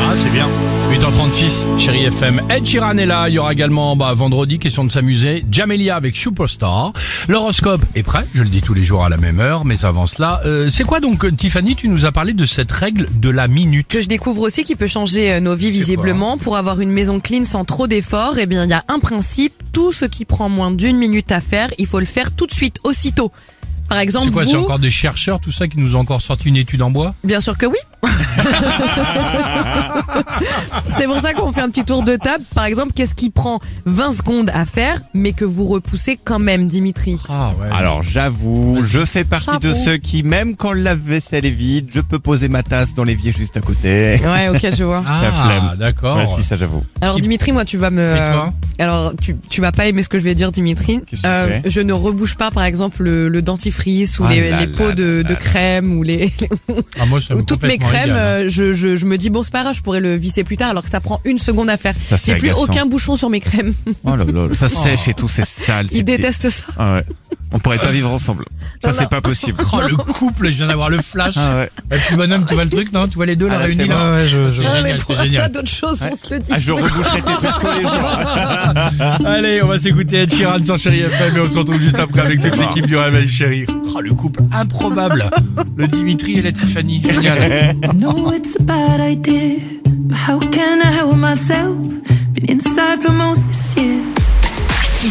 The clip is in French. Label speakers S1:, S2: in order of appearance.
S1: Ah, c'est bien. 8h36, chérie FM. Ed Sheeran est là. Il y aura également, bah, vendredi, question de s'amuser. Jamelia avec Superstar. L'horoscope est prêt. Je le dis tous les jours à la même heure. Mais avant cela, euh, c'est quoi donc, euh, Tiffany, tu nous as parlé de cette règle de la minute.
S2: que je découvre aussi qui peut changer euh, nos vies visiblement
S1: hein.
S2: pour avoir une maison clean sans trop d'efforts, eh bien il y a un principe, tout ce qui prend moins d'une minute à faire, il faut le faire tout de suite, aussitôt. Par exemple,
S1: C'est quoi, c'est
S2: vous,
S1: encore des chercheurs, tout ça, qui nous ont encore sorti une étude en bois
S2: bien sûr que oui. C'est pour ça qu'on fait un petit tour de table. Par exemple, qu'est-ce qui prend 20 secondes à faire, mais que vous repoussez quand même, Dimitri
S1: Ah ouais.
S3: Alors j'avoue, je fais partie de
S2: Chapeau.
S3: ceux qui, même quand le lave-vaisselle est vide, je peux poser ma tasse dans l'évier juste à côté.
S2: Ouais, ok, je vois.
S1: Ah,
S3: la flemme.
S1: d'accord.
S3: Ouais, si, ça j'avoue.
S2: Alors
S1: Qui-
S2: Dimitri, moi tu vas me... euh,
S1: Et toi
S2: Alors tu, tu vas pas aimer ce que je vais dire Dimitri. Euh,
S3: Qu'est-ce que tu fais
S2: je ne rebouche pas par exemple le, le dentifrice ou
S3: Ah
S2: les,
S3: là
S2: les
S3: là
S2: pots
S3: là
S2: de, de crème ou les
S1: Ah, moi, ça
S2: ou
S1: me
S2: toutes mes
S1: complètement
S2: crèmes.
S1: égal, hein.
S2: euh, je, je, je me dis bon c'est pas grave, je pourrais le visser plus tard alors que ça prend une seconde à faire.
S3: Ça, c'est
S2: J'ai plus
S3: agaçant.
S2: aucun bouchon sur mes crèmes.
S3: Oh là là, ça sèche et tout, c'est sale.
S2: Ils détestent ça.
S3: Ah ouais. On pourrait pas vivre ensemble. Ça c'est pas possible.
S1: Oh, le couple, je viens d'avoir le flash.
S3: Ah ouais.
S1: Et puis bonhomme, tu vois le truc, non Tu vois les deux,
S3: Ah,
S1: la
S3: là,
S1: réunis
S3: c'est
S1: là ouais, C'est
S2: Ah, mais
S1: génial, c'est
S2: pour un tas
S1: génial.
S2: d'autres choses, on se le dit.
S3: Ah, je reboucherai tes trucs tous les jours.
S1: Allez, on va s'écouter Ed Sheeran sur Chéri FM et on se retrouve juste après avec toute l'équipe du Réveil Chéri. Oh, le couple improbable. Le Dimitri et la Tiffany. Génial.
S4: know it's a bad idea, but how can I help myself? Been inside for most this year.